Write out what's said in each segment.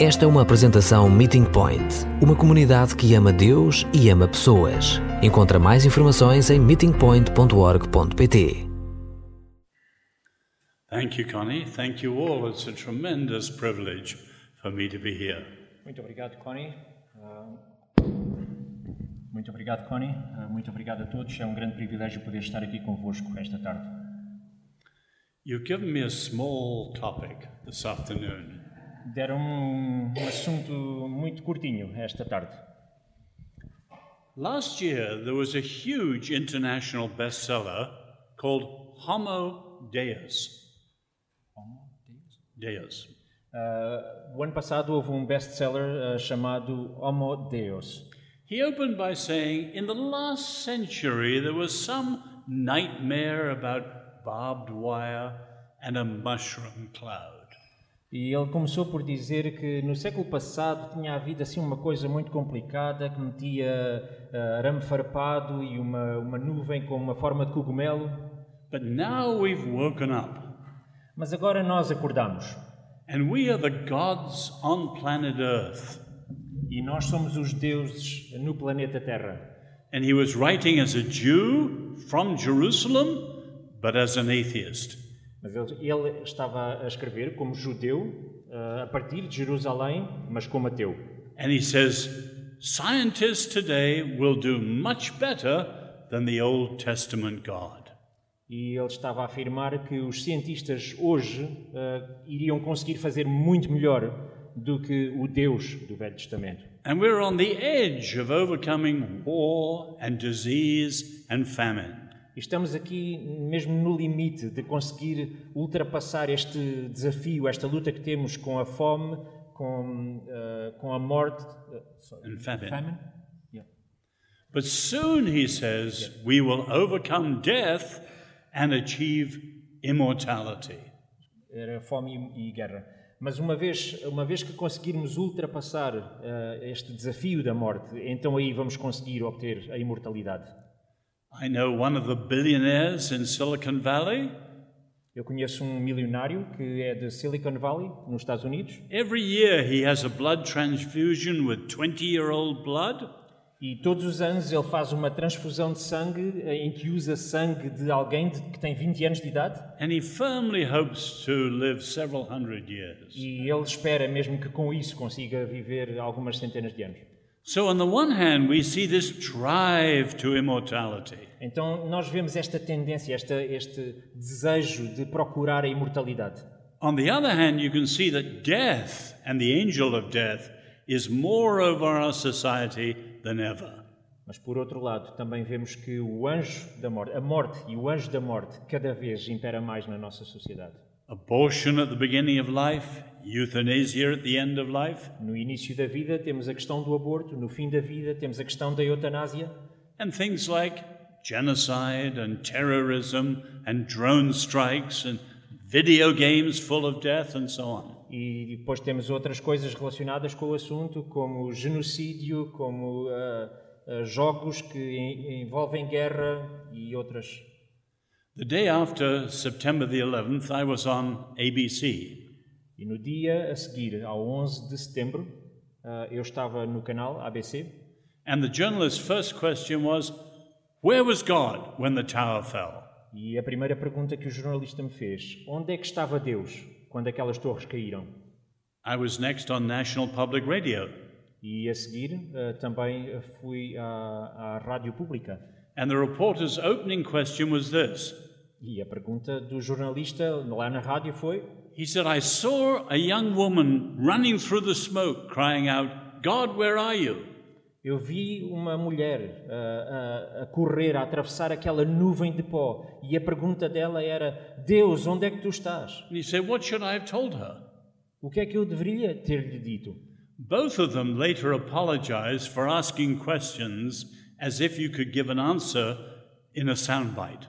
Esta é uma apresentação Meeting Point, uma comunidade que ama Deus e ama pessoas. Encontra mais informações em meetingpoint.org.pt. Thank you, Connie. Thank you all. It's a tremendous privilege for me to be here. Muito obrigado, Connie. Ah, Muito obrigado, Connie. Ah, Muito obrigado a todos. É um grande privilégio poder estar aqui convosco esta tarde. You've given me a small topic this afternoon, Deram-me um um assunto muito curtinho esta tarde. Last year, there was a huge international bestseller called Homo Deus. Homo Deus? Deus. Ah, o ano passado houve um best-seller ah, chamado Homo Deus. He opened by saying, In the last century, there was some nightmare about barbed wire and a mushroom cloud. E ele começou por dizer que no século passado tinha havido assim uma coisa muito complicada que metia ah, arame farpado e uma, uma nuvem com uma forma de cogumelo. But now we've woken up, Mas agora nós acordamos and we are the gods on planet Earth. e nós somos os deuses no planeta Terra. And he was writing as a Jew from Jerusalem, but as an atheist. Mas ele, ele estava a escrever como judeu, eh, a partir de Jerusalém, mas como ateu. And he says, Scientists today will do much better than the Old Testament God. E ele estava a afirmar que os cientistas hoje eh, iriam conseguir fazer muito melhor do que o Deus do Velho Testamento. And we're on the edge of overcoming war and disease and famine. E Estamos aqui mesmo no limite de conseguir ultrapassar este desafio, esta luta que temos com a fome, com, eh, com a morte. eh, sorry. And famine. Famine? Yeah. But soon, he says, we will overcome death and achieve immortality. era fome e, e guerra. Mas uma vez, uma vez que conseguirmos ultrapassar eh, este desafio da morte, então aí vamos conseguir obter a imortalidade. I know one of the billionaires in Silicon Valley. Eu conheço um milionário que é de Silicon Valley, nos Estados Unidos, Every year he has a blood transfusion with 20 year old blood, e todos os anos ele faz uma transfusão de sangue eh, em que usa sangue de alguém de- que tem 20 anos de idade, and he firmly hopes to live several hundred years. e ele espera mesmo que com isso consiga viver algumas centenas de anos. So, on the one hand, we see this drive to immortality, Então nós vemos esta tendência, esta, este desejo de procurar a imortalidade. on the other hand, you can see that death and the angel of death is more over our society than ever. Mas por outro lado, também vemos que o anjo da morte, a morte e o anjo da morte cada vez impera mais na nossa sociedade. Abortion at the beginning of life, euthanasia at the end of life, No início da vida temos a questão do aborto, no fim da vida temos a questão da eutanásia And things like genocide and terrorism and drone strikes and video games full of death and so on. e depois temos outras coisas relacionadas com o assunto, como o genocídio, como ah, ah, jogos que en- envolvem guerra e outras. The day after September the 11th, I was on ABC E no dia a seguir, ao 11 de setembro, ah, eu estava no canal ABC and the journalist's first question was, Where was God when the tower fell? E a primeira pergunta que o jornalista me fez: onde é que estava Deus quando aquelas torres caíram? I was next on National Public Radio E a seguir eh, também eh, fui à, à rádio pública. and the reporter's opening question was this. E a pergunta do jornalista lá na rádio foi: He said, I saw a young woman running through the smoke crying out, God, where are you? Eu vi uma mulher ah, ah, a correr, a atravessar aquela nuvem de pó. E a pergunta dela era: Deus, onde é que tu estás? And he said, What should I have told her? O que é que eu deveria ter-lhe dito? Both of them later apologized for asking questions as if you could give an answer in a soundbite.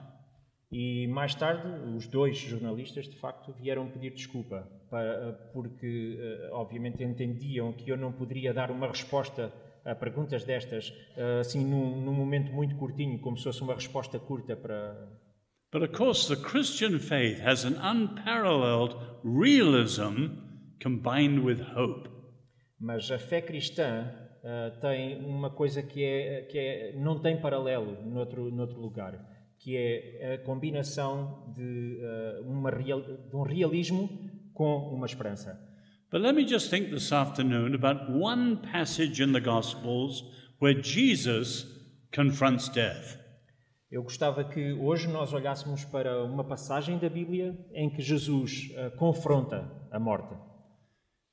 E mais tarde, os dois jornalistas de facto vieram pedir desculpa, para- porque eh, obviamente entendiam que eu não poderia dar uma resposta a perguntas destas eh, assim num, num momento muito curtinho, como se fosse uma resposta curta para. But of course, the Christian faith has an unparalleled realism combined with hope. Mas a fé cristã ah, tem uma coisa que, é, que é, não tem paralelo noutro, noutro lugar, que é a combinação de, ah, uma real- de um realismo com uma esperança. But let me just think this afternoon about one passage in the Gospels where Jesus confronts death. Eu gostava que hoje nós olhássemos para uma passagem da Bíblia em que Jesus ah, confronta a morte.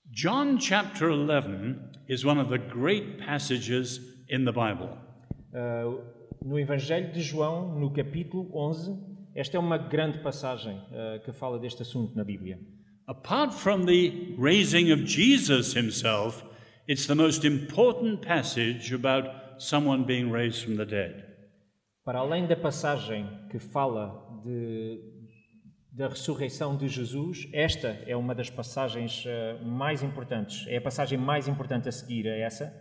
John chapter 11 is one of the great passages in the Bible. Uh, no Evangelho de João, no capítulo 11, esta é uma grande passagem uh, que fala deste assunto na Bíblia. Apart from the raising of Jesus himself, it's the most important passage about someone being raised from the dead. Para além da passagem que fala de- da ressurreição de Jesus, esta é uma das passagens uh, mais importantes. É a passagem mais importante a seguir a essa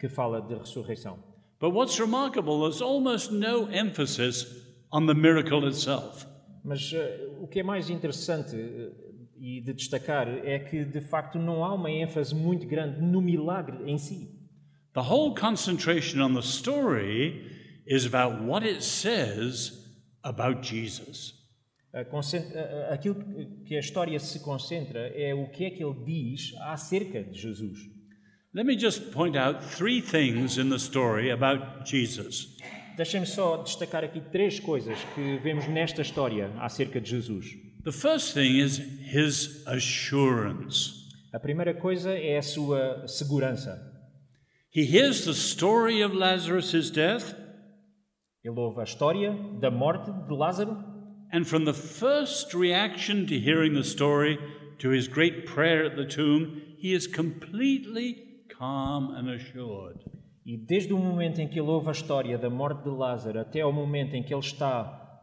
que fala de ressurreição. But what's remarkable is almost no emphasis on the miracle itself. Mas eh, o que é mais interessante eh, e de destacar é que, de facto, não há uma ênfase muito grande no milagre em si. The whole concentration on the story is about what it says about Jesus. A concent- a- a- Aquilo que- que a história se concentra é o que é que ele diz acerca de Jesus. Let me just point out three things in the story about Jesus. Deixem-me só destacar aqui três coisas que vemos nesta história acerca de Jesus. The first thing is his assurance. A primeira coisa é a sua segurança. He hears the story of Lazarus' death, Ele ouve a história da morte de Lázaro and from the first reaction to hearing the story to his great prayer at the tomb, he is completely calm and assured. E desde o momento em que ele ouve a história da morte de Lázaro até o momento em que ele está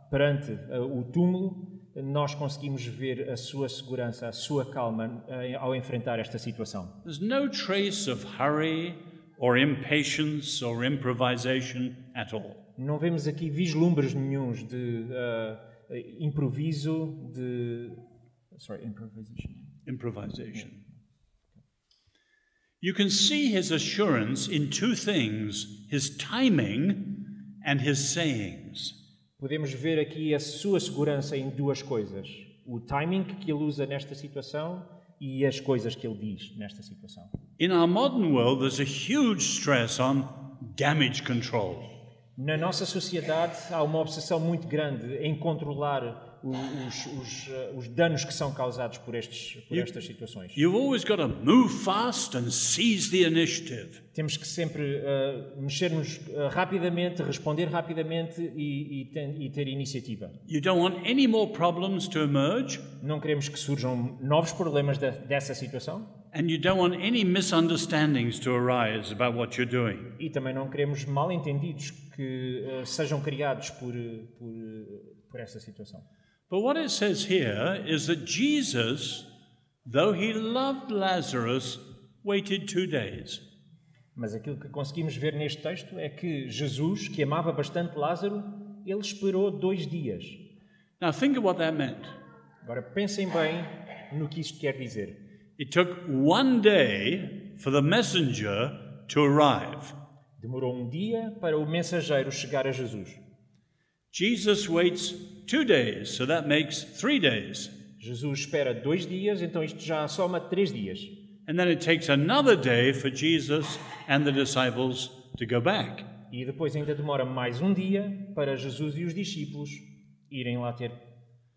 perante eh, o túmulo, nós conseguimos ver a sua segurança, a sua calma eh, ao enfrentar esta situação. There's no trace of hurry or impatience or improvisation at all. Não vemos aqui vislumbres nenhuns de eh, improviso, de. Sorry, improvisation. Improvisation. You can see his assurance in two things his timing and his sayings. Podemos ver aqui a sua segurança em duas coisas: o timing que ele usa nesta situação e as coisas que ele diz nesta situação. In our modern world, there's a huge stress on damage control. Na nossa sociedade há uma obsessão muito grande em controlar o- os, os, eh, os danos que são causados por, estes, por E- estas situações. You've always got to move fast and seize the initiative. Temos que sempre eh, mexer-nos eh, rapidamente, responder rapidamente e, e ten- e ter iniciativa. You don't want any more problems to emerge, Não queremos que surjam novos problemas de- dessa situação and you don't want any misunderstandings to arise about what you're doing. e também não queremos mal-entendidos que eh, sejam criados por, eh, por, eh, por essa situação. But what it says here is that Jesus, though he loved Lazarus, waited two days. Mas aquilo que conseguimos ver neste texto é que Jesus, que amava bastante Lázaro, ele esperou dois dias. Now think of what that meant. Agora pensem bem no que isto quer dizer. It took one day for the messenger to arrive. Demorou um dia para o mensageiro chegar a Jesus. Jesus waits two days, so that makes three days. Jesus espera dois dias, então isto já soma três dias. And then it takes another day for Jesus and the disciples to go back. E depois ainda demora mais um dia para Jesus e os discípulos irem lá ter.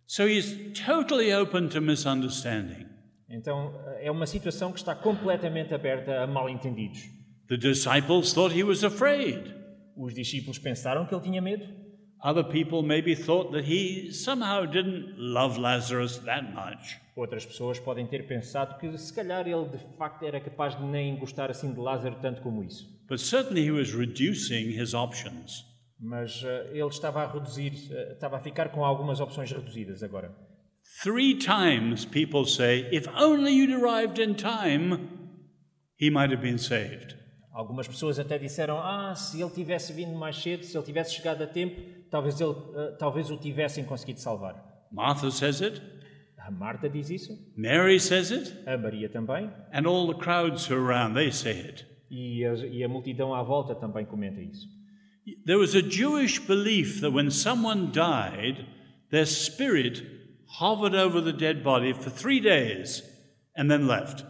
So he's totally open to misunderstanding. Então é uma situação que está completamente aberta a mal-entendidos. The disciples thought he was afraid. Os discípulos pensaram que ele tinha medo, Other people maybe thought that he somehow didn't love Lazarus that much. Outras pessoas podem ter pensado que se calhar ele de facto era capaz de nem gostar assim de Lázaro tanto como isso. But certainly he was reducing his options. Mas eh, ele estava a reduzir, eh, estava a ficar com algumas opções reduzidas agora. Three times people say, if only you'd arrived in time, he might have been saved. Algumas pessoas até disseram: "Ah, se ele tivesse vindo mais cedo, se ele tivesse chegado a tempo, talvez ele, eh, talvez o tivessem conseguido salvar." Martha says it, A Marta diz isso, Mary says it, a Maria também, and all the crowds who are around, they say it. e a, e a multidão à volta também comenta isso. There was a Jewish belief that when someone died, their spirit hovered over the dead body for three days and then left.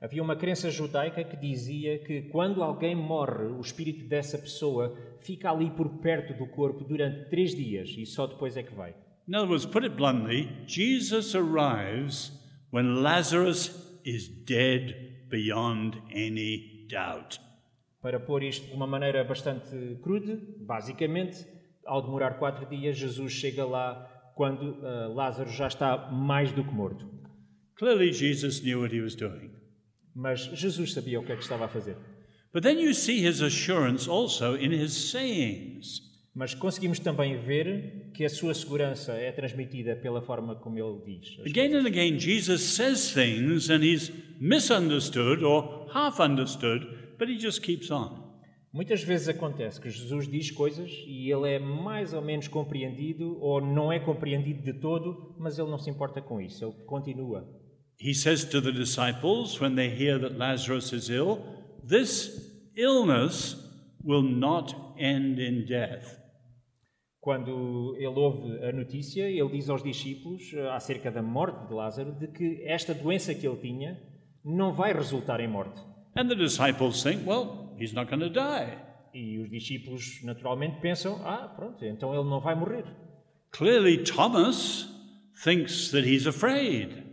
Havia uma crença judaica que dizia que quando alguém morre, o espírito dessa pessoa fica ali por perto do corpo durante três dias e só depois é que vai. In other words, put it bluntly, Jesus arrives when Lazarus is dead beyond any doubt. Para pôr isto de uma maneira bastante crude, basicamente, ao demorar quatro dias, Jesus chega lá quando ah, Lázaro já está mais do que morto. Clearly, Jesus knew what he was doing. Mas Jesus sabia o que é que estava a fazer. But then you see his assurance also in his sayings. Mas conseguimos também ver que a sua segurança é transmitida pela forma como ele diz. Again and again, Jesus says things and he's misunderstood or half understood, but he just keeps on. Muitas vezes acontece que Jesus diz coisas e ele é mais ou menos compreendido ou não é compreendido de todo, mas ele não se importa com isso, ele continua. He says to the disciples when they hear that Lazarus is ill, This illness will not end in death. Quando ele ouve a notícia, ele diz aos discípulos eh, acerca da morte de Lázaro de que esta doença que ele tinha não vai resultar em morte. And the disciples think, Well, he's not going to die. E os discípulos naturalmente pensam: ah, pronto, então ele não vai morrer. Clearly, Thomas thinks that he's afraid.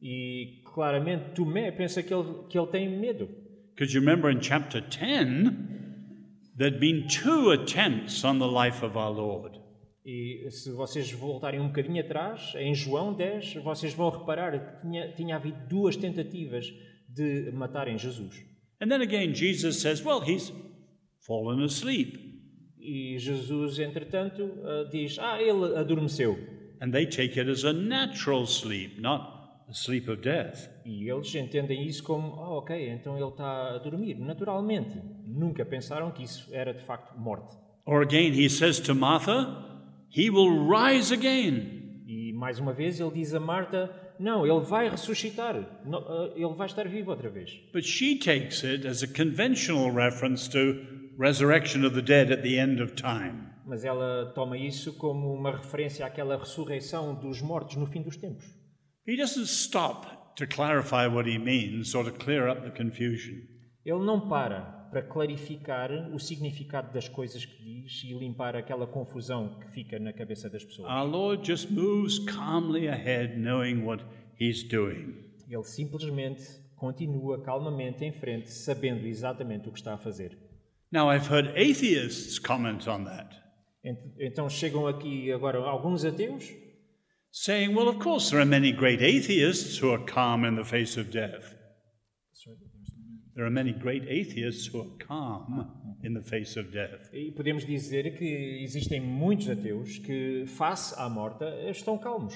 E claramente Tomé pensa que ele, que ele tem medo. Because you remember in chapter 10, there'd been two attempts on the life of our Lord. E se vocês voltarem um bocadinho atrás, em João 10, vocês vão reparar que tinha, tinha havido duas tentativas de matarem Jesus. And then again, Jesus says, Well, he's fallen asleep. E Jesus, entretanto, ah, diz: Ah, ele adormeceu. And they take it as a natural sleep, not the sleep of death. E eles entendem isso como: Ah, ok, então ele está a dormir, naturalmente. Nunca pensaram que isso era de facto morte. Or again, he says to Martha, He will rise again. E mais uma vez ele diz a Marta: Não, ele vai ressuscitar, Não, ah, ele vai estar vivo outra vez. But she takes it as a conventional reference to resurrection of the dead at the end of time. Mas ela toma isso como uma referência àquela ressurreição dos mortos no fim dos tempos. He doesn't stop to clarify what he means or to clear up the confusion. Ele não para para clarificar o significado das coisas que diz e limpar aquela confusão que fica na cabeça das pessoas. Our Lord just moves calmly ahead, knowing what he's doing. Ele simplesmente continua calmamente em frente, sabendo exatamente o que está a fazer. Now, I've heard atheists comment on that, Ent- Então chegam aqui agora alguns ateus saying, well, of course, there are many great atheists who are calm in the face of death. There are many great atheists who are calm in the face of death. e podemos dizer que existem muitos ateus que, face à morte, estão calmos.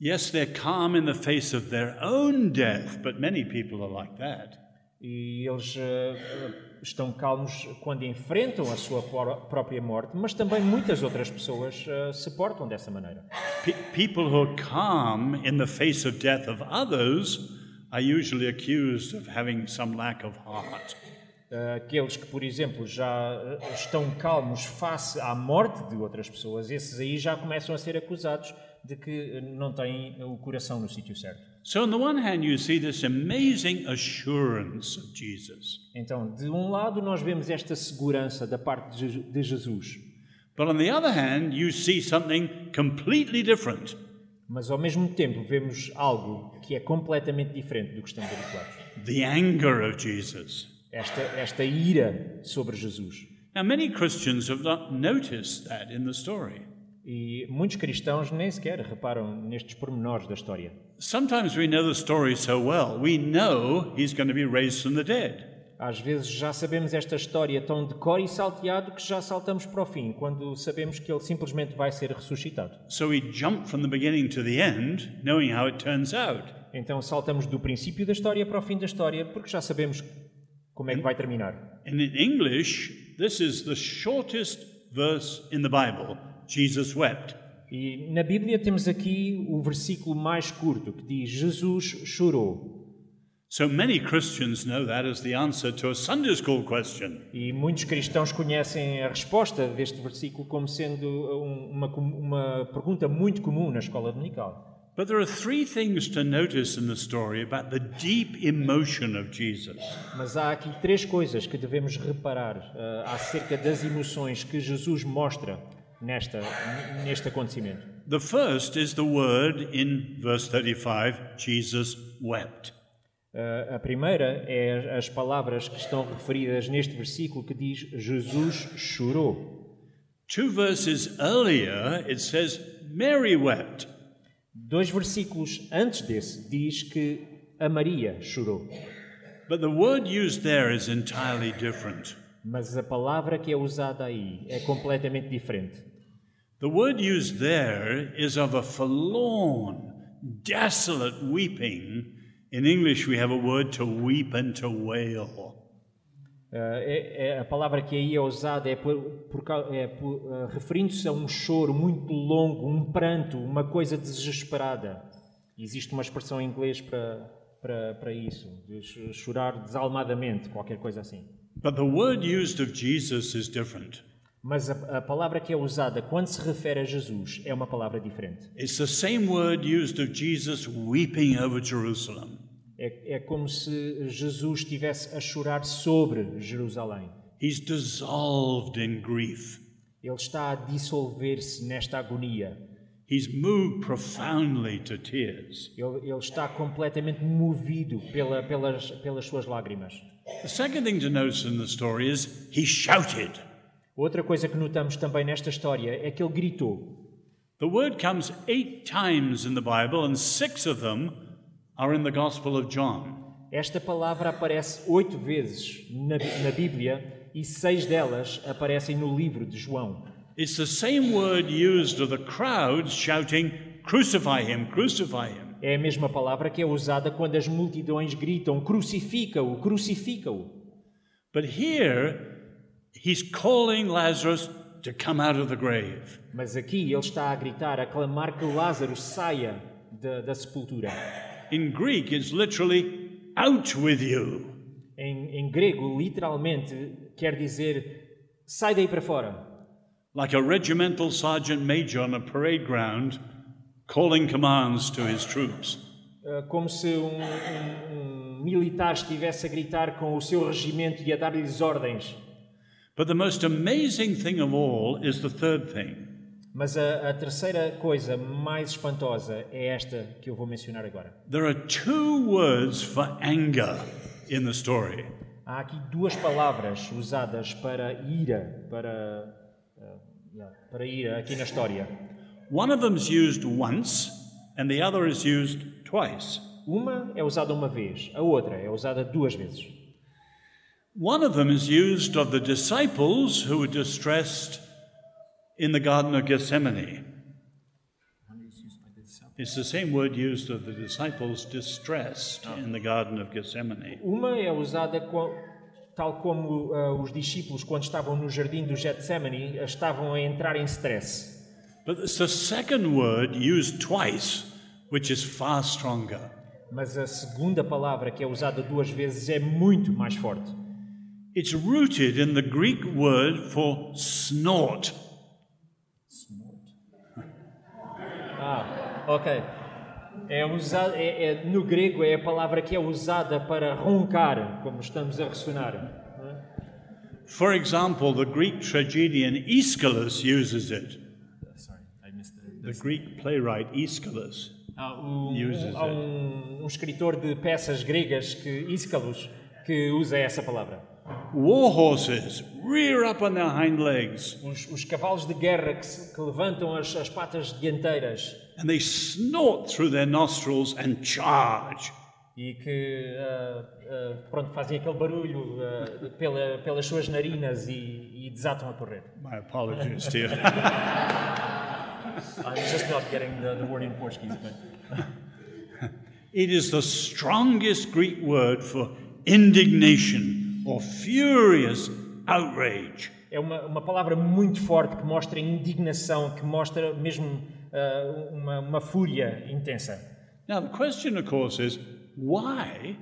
Yes, they're calm in the face of their own death, but many people are like that. E eles eh, eh, estão calmos quando enfrentam a sua por- própria morte, mas também muitas outras pessoas eh, se portam dessa maneira. Pe- people who are calm in the face of death of others are usually accused of having some lack of heart. Eh, Aqueles que, por exemplo, já eh, estão calmos face à morte de outras pessoas, esses aí já começam a ser acusados de que eh, não têm o coração no sítio certo. So, on the one hand, you see this amazing assurance of Jesus. Então, de um lado, nós vemos esta segurança da parte de Je- de Jesus, But on the other hand, you see something completely different. mas ao mesmo tempo vemos algo que é completamente diferente do que estamos habituados. the anger of Jesus. esta, esta ira sobre Jesus. Now, many Christians have not noticed that in the story. E muitos cristãos nem sequer reparam nestes pormenores da história. Sometimes we know the story so well, we know he's going to be raised from the dead. Às vezes já sabemos esta história tão de cor e salteado que já saltamos para o fim, quando sabemos que ele simplesmente vai ser ressuscitado. So we jump from the beginning to the end, knowing how it turns out. Então saltamos do princípio da história para o fim da história, porque já sabemos como é que vai terminar. And in English, this is the shortest verse in the Bible Jesus wept. E na Bíblia temos aqui o versículo mais curto que diz: Jesus chorou. So many Christians know that as the answer to a Sunday school question. E muitos cristãos conhecem a resposta deste versículo como sendo um- uma, com- uma pergunta muito comum na escola dominical. But there are three things to notice in the story about the deep emotion of Jesus. Mas há aqui três coisas que devemos reparar eh, acerca das emoções que Jesus mostra nesta, n- neste acontecimento. The first is the word in verse 35 Jesus wept. Eh, a primeira é as palavras que estão referidas neste versículo que diz: Jesus chorou. Two verses earlier, it says Mary wept. Dois versículos antes desse diz que a Maria chorou, But the word used there is entirely different. mas a palavra que é usada aí é completamente diferente. The word used there is of a forlorn, desolate weeping. In English, we have a word to weep and to wail. Eh, é- é- a palavra que aí é usada é, por- por cau- é por- eh, referindo-se a um choro muito longo, um pranto, uma coisa desesperada. Existe uma expressão em inglês para, para, para isso, de ch- chorar desalmadamente, qualquer coisa assim. But the word used of Jesus is different. Mas a- a palavra que é usada quando se refere a Jesus é uma palavra diferente. It's the same word used of Jesus weeping over Jerusalem. É, é como se Jesus estivesse a chorar sobre Jerusalém. He's dissolved in grief. Ele está a dissolver-se nesta agonia. He's moved profoundly to tears. Ele, ele está completamente movido pela- pelas, pelas suas lágrimas. The second thing to notice in the story is he shouted. Outra coisa que notamos também nesta história é que ele gritou. The word comes eight times in the Bible, and six of them are in the Gospel of John. Esta palavra aparece oito vezes na, na Bíblia e seis delas aparecem no livro de João. It's the same word used of the crowds shouting, Crucify him, crucify him. É a mesma palavra que é usada quando as multidões gritam: crucifica-o, crucifica-o. But here, he's calling Lazarus to come out of the grave. Mas aqui ele está a gritar, a clamar que Lázaro saia da, da sepultura. In Greek, it's literally, Out with you. Em, em grego, literalmente, quer dizer sai daí para fora. like a regimental sergeant major on a parade ground calling commands to his troops. Ah, Como se um, um- um militar estivesse a gritar com o seu regimento e a dar-lhes ordens. But the most amazing thing of all is the third thing Mas a, a terceira coisa mais espantosa é esta que eu vou mencionar agora. there are two words for anger in the story. Há aqui duas palavras usadas para ira, para, ah, yeah, para ira aqui na história. One of them's used once, and the other is used twice. Uma é usada uma vez, a outra é usada duas vezes. One of them is used of the disciples who were distressed in the Garden of Gethsemane. It's the same word used of the disciples distressed in the Garden of Gethsemane. Uma é usada co- tal como ah, os discípulos, quando estavam no jardim do Getsemane, estavam a entrar em stress. But it's the second word used twice, which is far stronger. Mas a segunda palavra, que é usada duas vezes, é muito mais forte. It's rooted in the Greek word for snort. Ah, ok. É usada, é, é- no grego é a palavra que é usada para roncar, como estamos a ressonar. For example, the Greek tragedian Aeschylus uses it. Sorry, I missed the. The Greek playwright Aeschylus. Há um, Uses há um, um escritor de peças gregas, que, Íscalos, que usa essa palavra. War horses rear up on their hind legs Os, os cavalos de guerra que, se- que levantam as, as patas dianteiras and they snort through their nostrils and charge. e que ah, ah, pronto, fazem aquele barulho ah, pela- pelas suas narinas e, e desatam a correr. My apologies to you. Ah, I was just not getting the, the word in Portuguese, but é? it is the strongest Greek word for indignation or furious outrage. É uma, uma palavra muito forte que mostra indignação, que mostra mesmo ah, uma, uma fúria intensa. Now, the question, of course, is why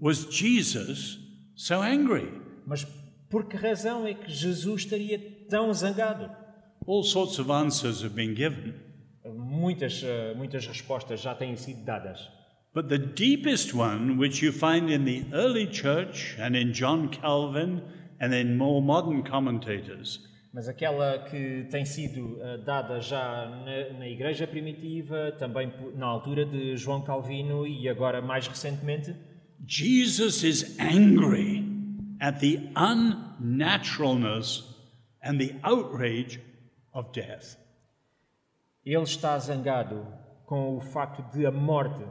was Jesus so angry? Mas por que razão é que Jesus estaria tão zangado? All sorts of answers have been given, Muitas, ah, muitas respostas já têm sido dadas. but the deepest one, which you find in the early church and in John Calvin and in more modern commentators, Mas aquela que tem sido ah, dada já na, na Igreja Primitiva, também por- na altura de João Calvino e agora mais recentemente, Jesus is angry at the unnaturalness and the outrage of death. ele está zangado com o facto de a morte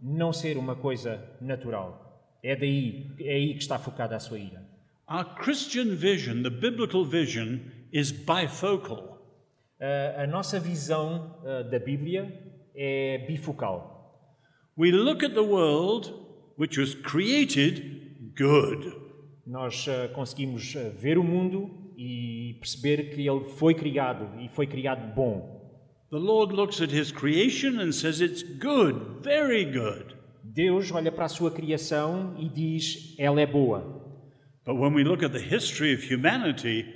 não ser uma coisa natural. É daí, é aí que está focada a sua ira. Our Christian vision, the biblical vision, is bifocal. Ah, a nossa visão ah, da Bíblia é bifocal. We look at the world, which was created good. Nós ah, conseguimos ah, ver o mundo e perceber que ele foi criado e foi criado bom. The Lord looks at his creation and says it's good, very good. Deus olha para a sua criação e diz: ela é boa. But when we look at the history of humanity,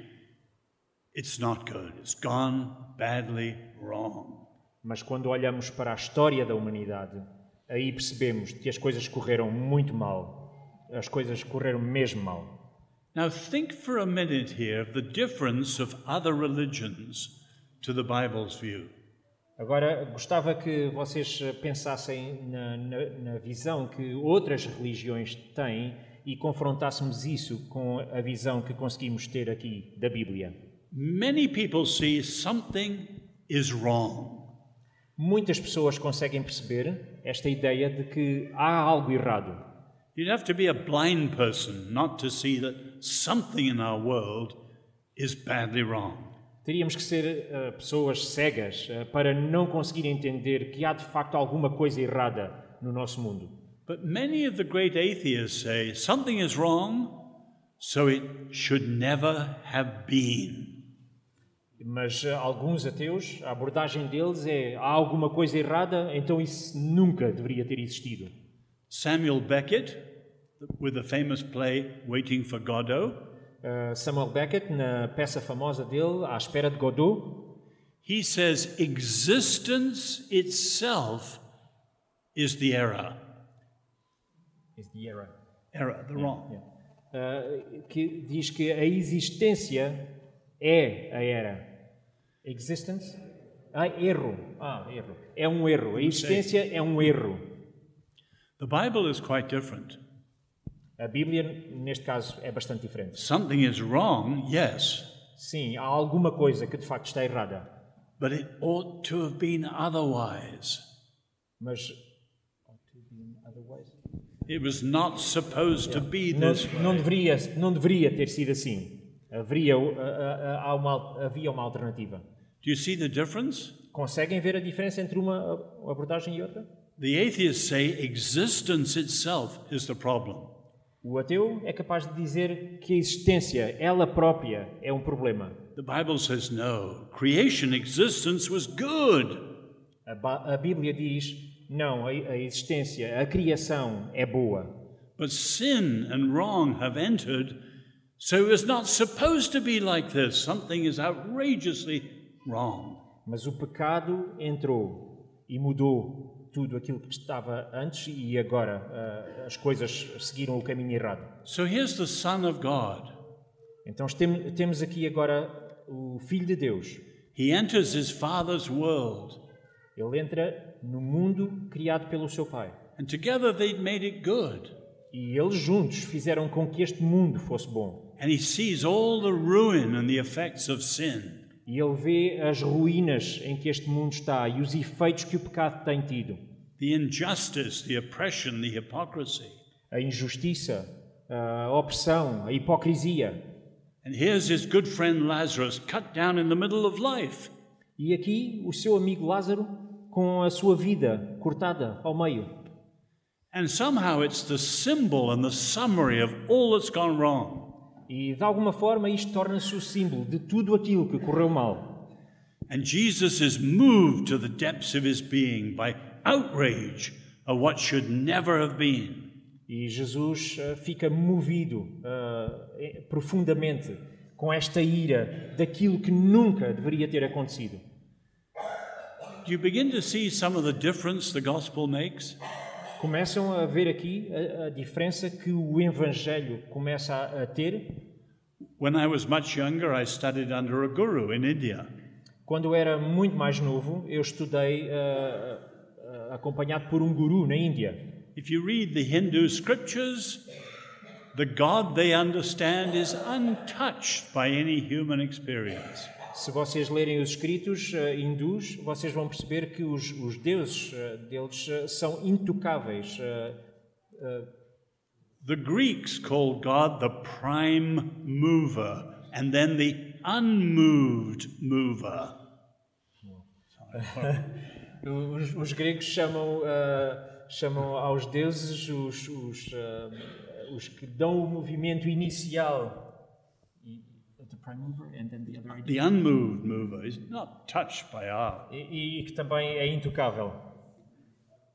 it's not good. It's gone badly wrong. Mas quando olhamos para a história da humanidade, aí percebemos que as coisas correram muito mal. As coisas correram mesmo mal. Now, think for a minute here of the difference of other religions to the Bible's view. Agora, gostava que vocês eh, pensassem na, na- na visão que outras religiões têm e confrontássemos isso com a visão que conseguimos ter aqui da Bíblia. Many people see something is wrong. Muitas pessoas conseguem perceber esta ideia de que há algo errado. You'd have to be a blind person not to see that something in our world is badly wrong. Teríamos que ser eh, pessoas cegas eh, para não conseguir entender que há de facto alguma coisa errada no nosso mundo. But many of the great atheists say something is wrong, so it should never have been. Mas eh, alguns ateus, a abordagem deles é há alguma coisa errada, então isso nunca deveria ter existido. Samuel Beckett, with the famous play Waiting for Godot, Eh, Samuel Beckett, na peça famosa dele, À Espera de Godot, He says existence itself is the error. Is the error. Error, the wrong. eh, que diz que a existência é a era. Existence? Ah, erro. Ah, erro. É um erro. A existência é um erro. The Bible is quite different. A Bíblia, neste caso, é bastante diferente. Something is wrong, yes, Sim, há alguma coisa que de facto está errada, but it ought to have been otherwise. mas It was not supposed to be não, this way. não deveria, não deveria ter sido assim. Haveria, ah, ah, ah, há uma al- havia uma alternativa. Do you see the difference? Conseguem ver a diferença entre uma ah, abordagem e outra? The atheists say existence itself is the problem. O ateu é capaz de dizer que a existência, ela própria, é um problema. The Bible says no. Creation existence was good. A, Ba- a Bíblia diz: não, a, a existência, a criação é boa. But sin and wrong have entered, so it was not supposed to be like this. Something is outrageously wrong. Mas o pecado entrou e mudou tudo aquilo que estava antes e agora ah, as coisas seguiram o caminho errado. So here's the Son of God. Então tem- temos aqui agora o Filho de Deus. He enters his Father's world, Ele entra no mundo criado pelo seu Pai. and together they'd made it good. E eles juntos fizeram com que este mundo fosse bom. And he sees all the ruin and the effects of sin. E ele vê as ruínas em que este mundo está e os efeitos que o pecado tem tido. The injustice, the oppression, the hypocrisy. A injustiça, a opressão, a hipocrisia. And here's his good friend Lazarus cut down in the middle of life. E aqui o seu amigo Lázaro com a sua vida cortada ao meio. And somehow it's the symbol and the summary of all that's gone wrong. E de alguma forma isto torna-se o símbolo de tudo aquilo que correu mal. And Jesus is moved to the depths of his being by outrage of what should never have been. E Jesus eh, fica movido eh, eh, profundamente com esta ira daquilo que nunca deveria ter acontecido. Do you begin to see some of the difference the gospel makes? Começam a ver aqui a, a diferença que o Evangelho começa a, a ter. When I was much younger, I studied under a guru in India. Quando eu era muito mais novo, eu estudei eh, eh, acompanhado por um guru na Índia. If you read the Hindu scriptures, the God they understand is untouched by any human experience. Se vocês lerem os escritos eh, hindus, vocês vão perceber que os, os deuses eh, deles eh, são intocáveis. eh, The Greeks called God the prime mover and then the unmoved mover. Os, os gregos chamam, ah, chamam aos deuses os, os, ah, os que dão o movimento inicial. The prime mover and then the other idea. The unmoved mover is not touched by art. E, e que também é intocável.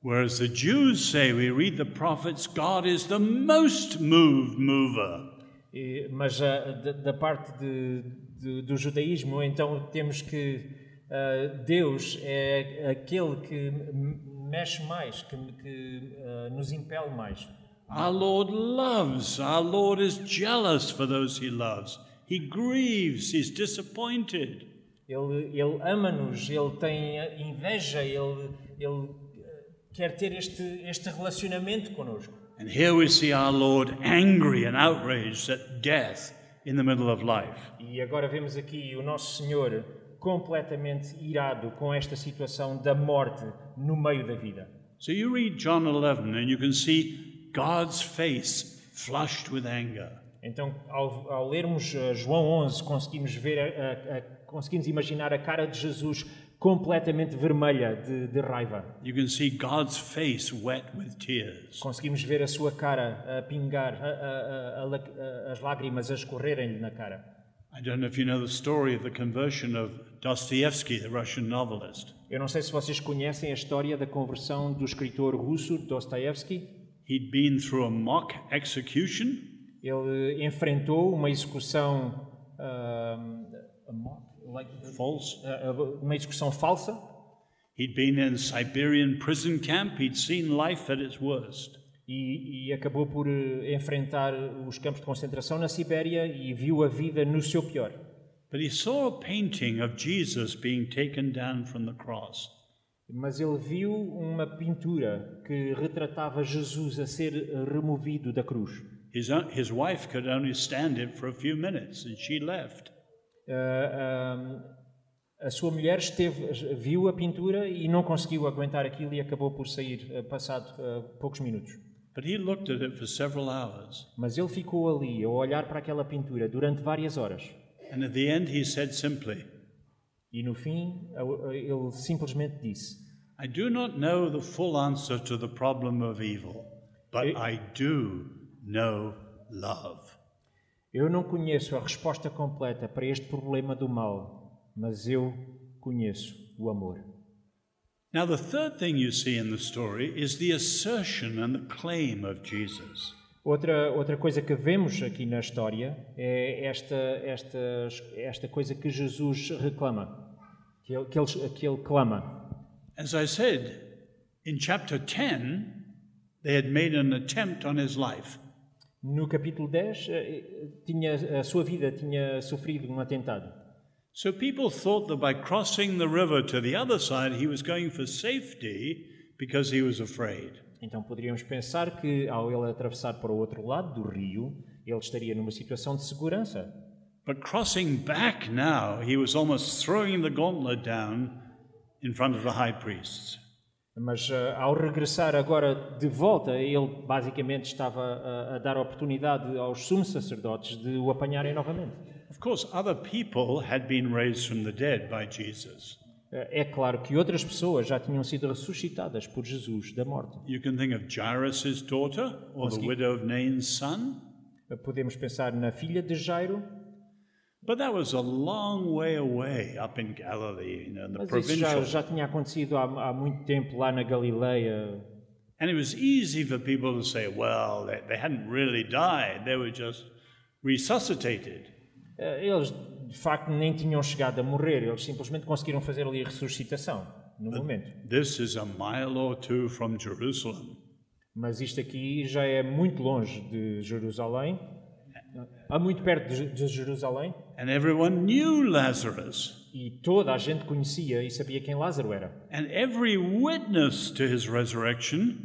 Whereas the Jews say, we read the prophets, God is the most moved mover. E- mas ah, da, da parte de- de- do judaísmo, então temos que ah, Deus é aquele que m- mexe mais, que, que, ah, nos impele mais. Our Lord loves, our Lord is jealous for those he loves. He grieves, he's disappointed. Ele, ele ama-nos, ele tem eh, inveja, ele, ele eh, quer ter este, este relacionamento conosco. And here we see our Lord angry and outraged at death in the middle of life. E agora vemos aqui o Nosso Senhor completamente irado com esta situação da morte no meio da vida. So you read John 11 and you can see God's face flushed with anger. Então, ao, ao lermos eh, João 11, conseguimos, ver a- a- a- conseguimos imaginar a cara de Jesus completamente vermelha de, de raiva. You can see God's face wet with tears. Conseguimos ver a sua cara a pingar, a- a- a- a lac- a- as lágrimas a escorrerem-lhe na cara. I don't know if you know the story of the conversion of Dostoevsky, the Russian novelist. Eu não sei se vocês conhecem a história da conversão do escritor russo Dostoevsky. He'd been through a mock execution, Ele eh, enfrentou uma execução, ah, ahm, false. ah, ah, uma execução falsa. He'd been in a Siberian prison camp, he'd seen life at its worst. E, e acabou por eh, enfrentar os campos de concentração na Sibéria e viu a vida no seu pior. But he saw a painting of Jesus being taken down from the cross. Mas ele viu uma pintura que retratava Jesus a ser eh, removido da cruz. His, own, his wife could only stand it for a few minutes and she left. Ah, ah, Eh, a sua mulher esteve- viu a pintura e não conseguiu aguentar aquilo e acabou por sair ah, passado ah, poucos minutos. But he looked at it for several hours. Mas ele ficou ali a olhar para aquela pintura durante várias horas And at the end, he said simply, e no fim ah, ah, ele simplesmente disse: I do not know the full answer to the problem of evil, but Eh? I do know love. Eu não conheço a resposta completa para este problema do mal, mas eu conheço o amor. Now, the third thing you see in the story is the assertion and the claim of Jesus. Outra, outra coisa que vemos aqui na história é esta, esta, esta coisa que Jesus reclama, que ele, que ele, que ele clama. As I said, in chapter 10, they had made an attempt on his life. No capítulo 10, eh, eh, tinha, a sua vida tinha sofrido um atentado. So people thought that by crossing the river to the other side, he was going for safety because he was afraid. Então poderíamos pensar que, ao ele atravessar para o outro lado do rio, ele estaria numa situação de segurança. But crossing back now, he was almost throwing the gauntlet down in front of the high priests. Mas ah, ao regressar agora de volta, ele basicamente estava ah, a dar oportunidade aos sumos sacerdotes de o apanharem novamente. Of course, other people had been raised from the dead by Jesus. Ah, É claro que outras pessoas já tinham sido ressuscitadas por Jesus da morte. You can think of Jairus' daughter or the widow of Nain's son. Eh, Podemos pensar na filha de Jairo, But that was a long way away up in Galilee, you know, in the Mas isso já, provincial. já tinha acontecido há, há muito tempo lá na Galileia. And it was easy for people to say, well, they, they hadn't really died, they were just resuscitated. Eh, Eles, de facto, nem tinham chegado a morrer. Eles simplesmente conseguiram fazer ali a ressuscitação, no momento. This is a mile or two from Jerusalem. Mas isto aqui já é muito longe de Jerusalém. Há muito perto de Je- de Jerusalém. And everyone knew Lazarus, E toda a gente conhecia e sabia quem Lázaro era. and every witness to his resurrection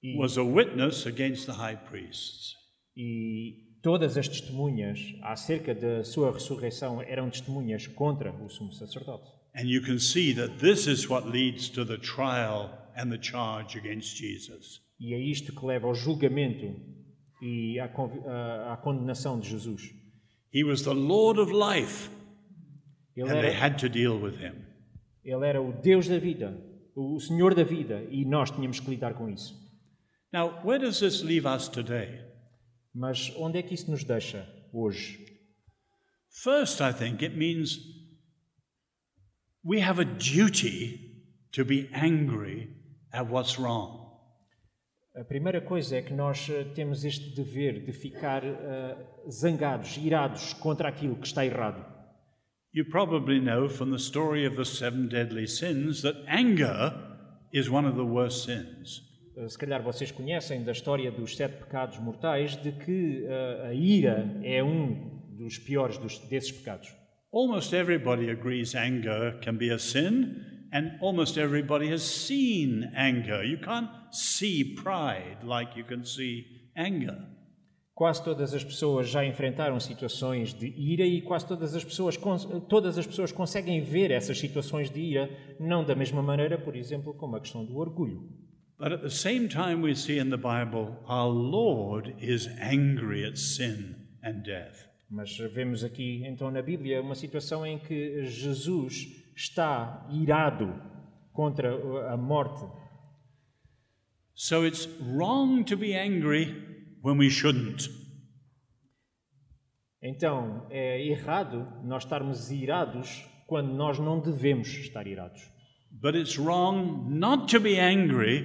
E, was a witness against the high priests. e todas as testemunhas acerca da sua ressurreição eram testemunhas contra o sumo sacerdote. And you can see that this is what leads to the trial and the charge against Jesus. E é isto que leva ao julgamento e à, con- à- à condenação de Jesus. He was the Lord of life, Ele and they era, had to deal with him. ele era o Deus da vida, o Senhor da vida, e nós tínhamos que lidar com isso. Now, where does this leave us today? Mas onde é que isso nos deixa hoje? First, I think it means we have a duty to be angry at what's wrong. A primeira coisa é que nós eh, temos este dever de ficar eh, zangados, irados contra aquilo que está errado. You probably know from the story of the seven deadly sins that anger is one of the worst sins. Eh, Se calhar vocês conhecem da história dos sete pecados mortais, de que eh, a ira é um dos piores dos- desses pecados. Almost everybody agrees anger can be a sin, and almost everybody has seen anger. You can't see pride like you can see anger. Quase todas as pessoas já enfrentaram situações de ira e quase todas as pessoas cons- todas as pessoas conseguem ver essas situações de ira não da mesma maneira, por exemplo, como a questão do orgulho. But at the same time, we see in the Bible our Lord is angry at sin and death. Mas vemos aqui então na Bíblia uma situação em que Jesus está irado contra eh, a morte. So it's wrong to be angry when we shouldn't. Então é errado nós estarmos irados quando nós não devemos estar irados. But it's wrong not to be angry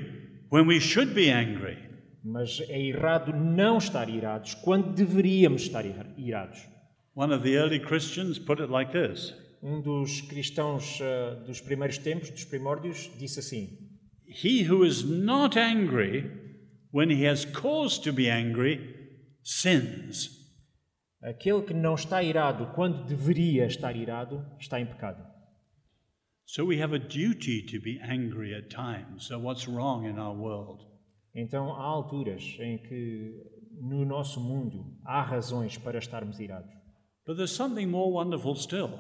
when we should be angry. Mas é errado não estar irados quando deveríamos estar ir- irados. One of the early Christians put it like this Um dos cristãos eh, dos primeiros tempos, dos primórdios, disse assim: He who is not angry when he has cause to be angry sins. Aquele que não está irado quando deveria estar irado, está em pecado. So we have a duty to be angry at times. So, what's wrong in our world? Então há alturas em que no nosso mundo há razões para estarmos irados, But there's something more wonderful still.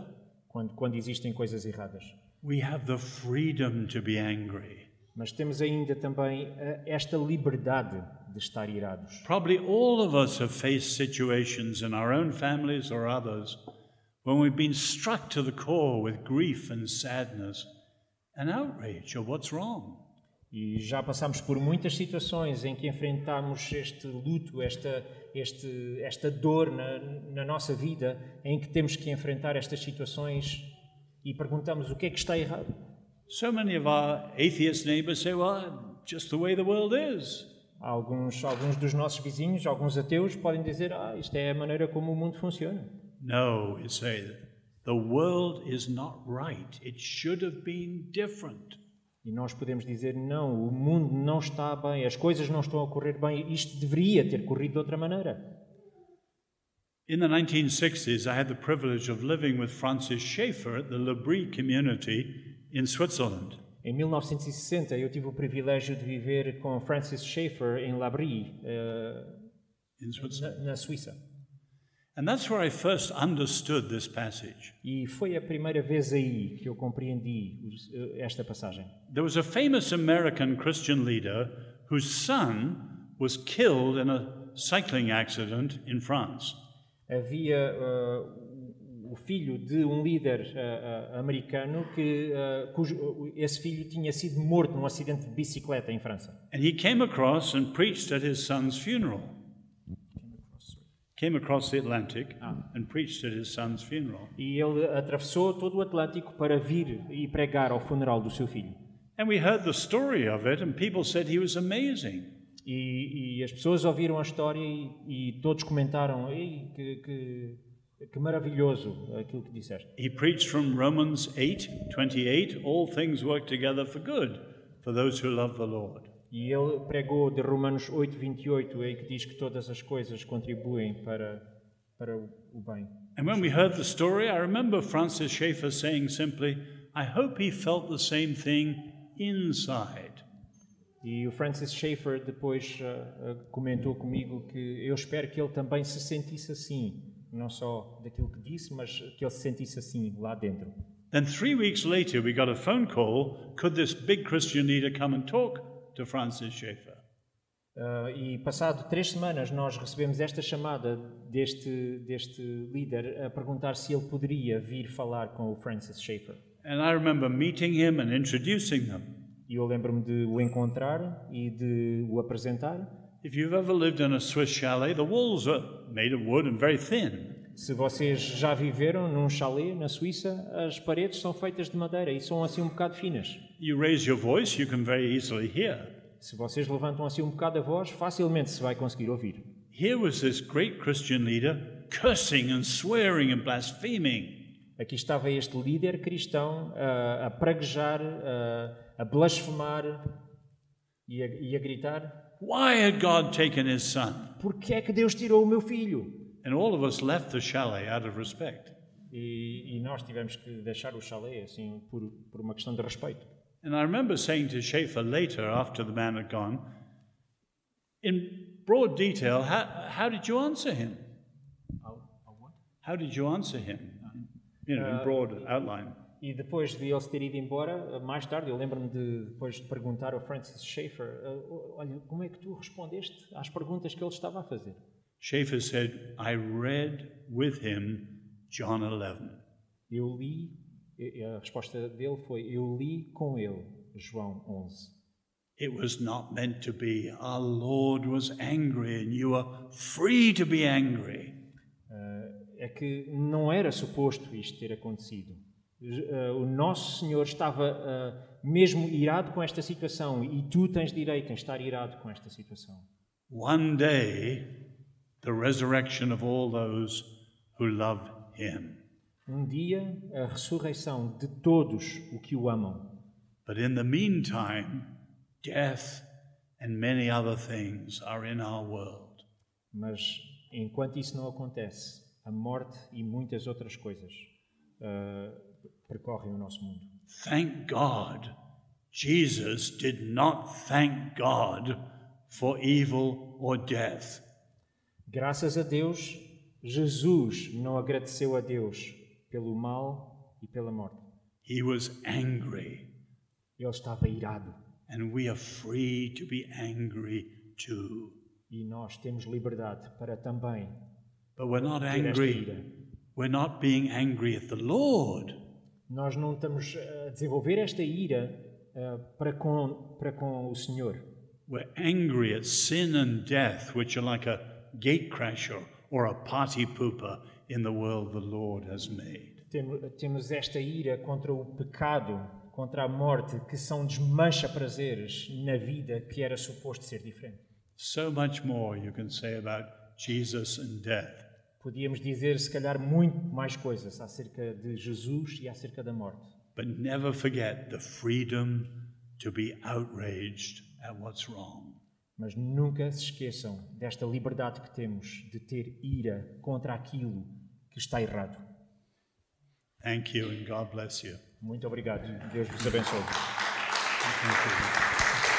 quando, quando existem coisas erradas. We have the freedom to be angry. Mas temos ainda também eh, esta liberdade de estar irados. Probably all of us have faced situations in our own families or others when we've been struck to the core with grief and sadness and outrage at what's wrong. E já passámos por muitas situações em que enfrentámos este luto, esta, este, esta dor na, na nossa vida, em que temos que enfrentar estas situações e perguntamos o que é que está errado. So many of our atheist neighbors say, well, just the way the world is. Alguns, alguns dos nossos vizinhos, alguns ateus, podem dizer: Ah, isto é a maneira como o mundo funciona. No, we say the world is not right. It should have been different. E nós podemos dizer: Não, o mundo não está bem, as coisas não estão a correr bem, isto deveria ter corrido de outra maneira. In the 1960s, I had the privilege of living with Francis Schaeffer at the Le Brie community in Switzerland. Em 1960, eu tive o privilégio de viver com Francis Schaeffer em Labrie, eh, In Switzerland. na, na Suíça. And that's where I first understood this passage. E foi a primeira vez aí que eu compreendi os- eh, esta passagem. There was a famous American Christian leader whose son was killed in a cycling accident in France. Havia eh, o- o filho de um líder eh, eh, americano que eh, cujo, o- esse filho tinha sido morto num acidente de bicicleta em França. And he came across and preached at his son's funeral. came across the Atlantic and preached at his son's funeral. E ele atravessou todo o Atlântico para vir e pregar ao funeral do seu filho. And we heard the story of it, and people said he was amazing. E, e as pessoas ouviram a história e, e todos comentaram: Ei, que, que, que maravilhoso aquilo que disseste. He preached from Romans 8 28, all things work together for good for those who love the Lord. E ele pregou de Romanos 8, 28, aí que diz que todas as coisas contribuem para, para o o bem. And when we heard the story, I remember Francis Schaeffer saying simply, I hope he felt the same thing inside. E o Francis Schaeffer depois ah, ah, comentou comigo que eu espero que ele também se sentisse assim, não só daquilo que disse, mas que ele se sentisse assim lá dentro. Then three weeks later, we got a phone call could this big Christian leader come and talk to Francis Schaeffer? Ah, e passado três semanas nós recebemos esta chamada deste deste líder a perguntar se ele poderia vir falar com o Francis Schaeffer. And I remember meeting him and introducing them. E eu lembro-me de o encontrar e de o apresentar. If you've ever lived in a Swiss chalet, the walls are made of wood and very thin. Se vocês já viveram num chalé na Suíça, as paredes são feitas de madeira e são assim um bocado finas. You raise your voice, you can very easily hear. Se vocês levantam assim um bocado a voz, facilmente se vai conseguir ouvir. Here was this great Christian leader cursing and swearing and blaspheming. Aqui estava este líder cristão ah, a praguejar, ah, a blasfemar e a, e a gritar: Why had God taken his son? Por que é que Deus tirou o meu filho? And all of us left the chalet out of respect. E, e nós tivemos que deixar o chalé assim por, por uma questão de respeito. And I remember saying to Schaefer later, after the man had gone, in broad detail, how, how did you answer him? How did you answer him? You know, in broad outline. E depois de ele se ter ido embora, mais tarde, eu lembro-me de depois de perguntar ao Francis Schaeffer, "Ah, o- olha, como é que tu respondeste às perguntas que ele estava a fazer? Schaefer said, I read with him John 11. Eu li, e- e a resposta dele foi, eu li com ele, João 11. It was not meant to be. Our Lord was angry, and you are free to be angry. Ah, É que não era suposto isto ter acontecido. Je- ah, O nosso Senhor estava ah, mesmo irado com esta situação e tu tens direito em estar irado com esta situação. One day, the resurrection of all those who love him. Um dia, a ressurreição de todos o que o amam. But in the meantime, death and many other things are in our world. Mas enquanto isso não acontece, a morte e muitas outras coisas ah, percorrem o nosso mundo. Thank God, Jesus did not thank God for evil or death. Graças a Deus, Jesus não agradeceu a Deus pelo mal e pela morte. He was angry, Ele estava irado and we are free to be angry too. e nós temos liberdade para também But we're not ter esta angry. ira. We're not being angry at the Lord. Nós não estamos a desenvolver esta ira ah, para, com, para com o Senhor. We're angry at sin and death, which are like a gatecrasher or a party pooper in the world the Lord has made. Temo- Temos esta ira contra o pecado, contra a morte, que são desmancha prazeres na vida que era suposto ser diferente. So much more you can say about Jesus and death. Podíamos dizer, se calhar, muito mais coisas acerca de Jesus e acerca da morte. But never forget the freedom to be outraged at what's wrong. Mas nunca se esqueçam desta liberdade que temos de ter ira contra aquilo que está errado. Thank you and God bless you. Muito obrigado. Deus vos abençoe. Thank you.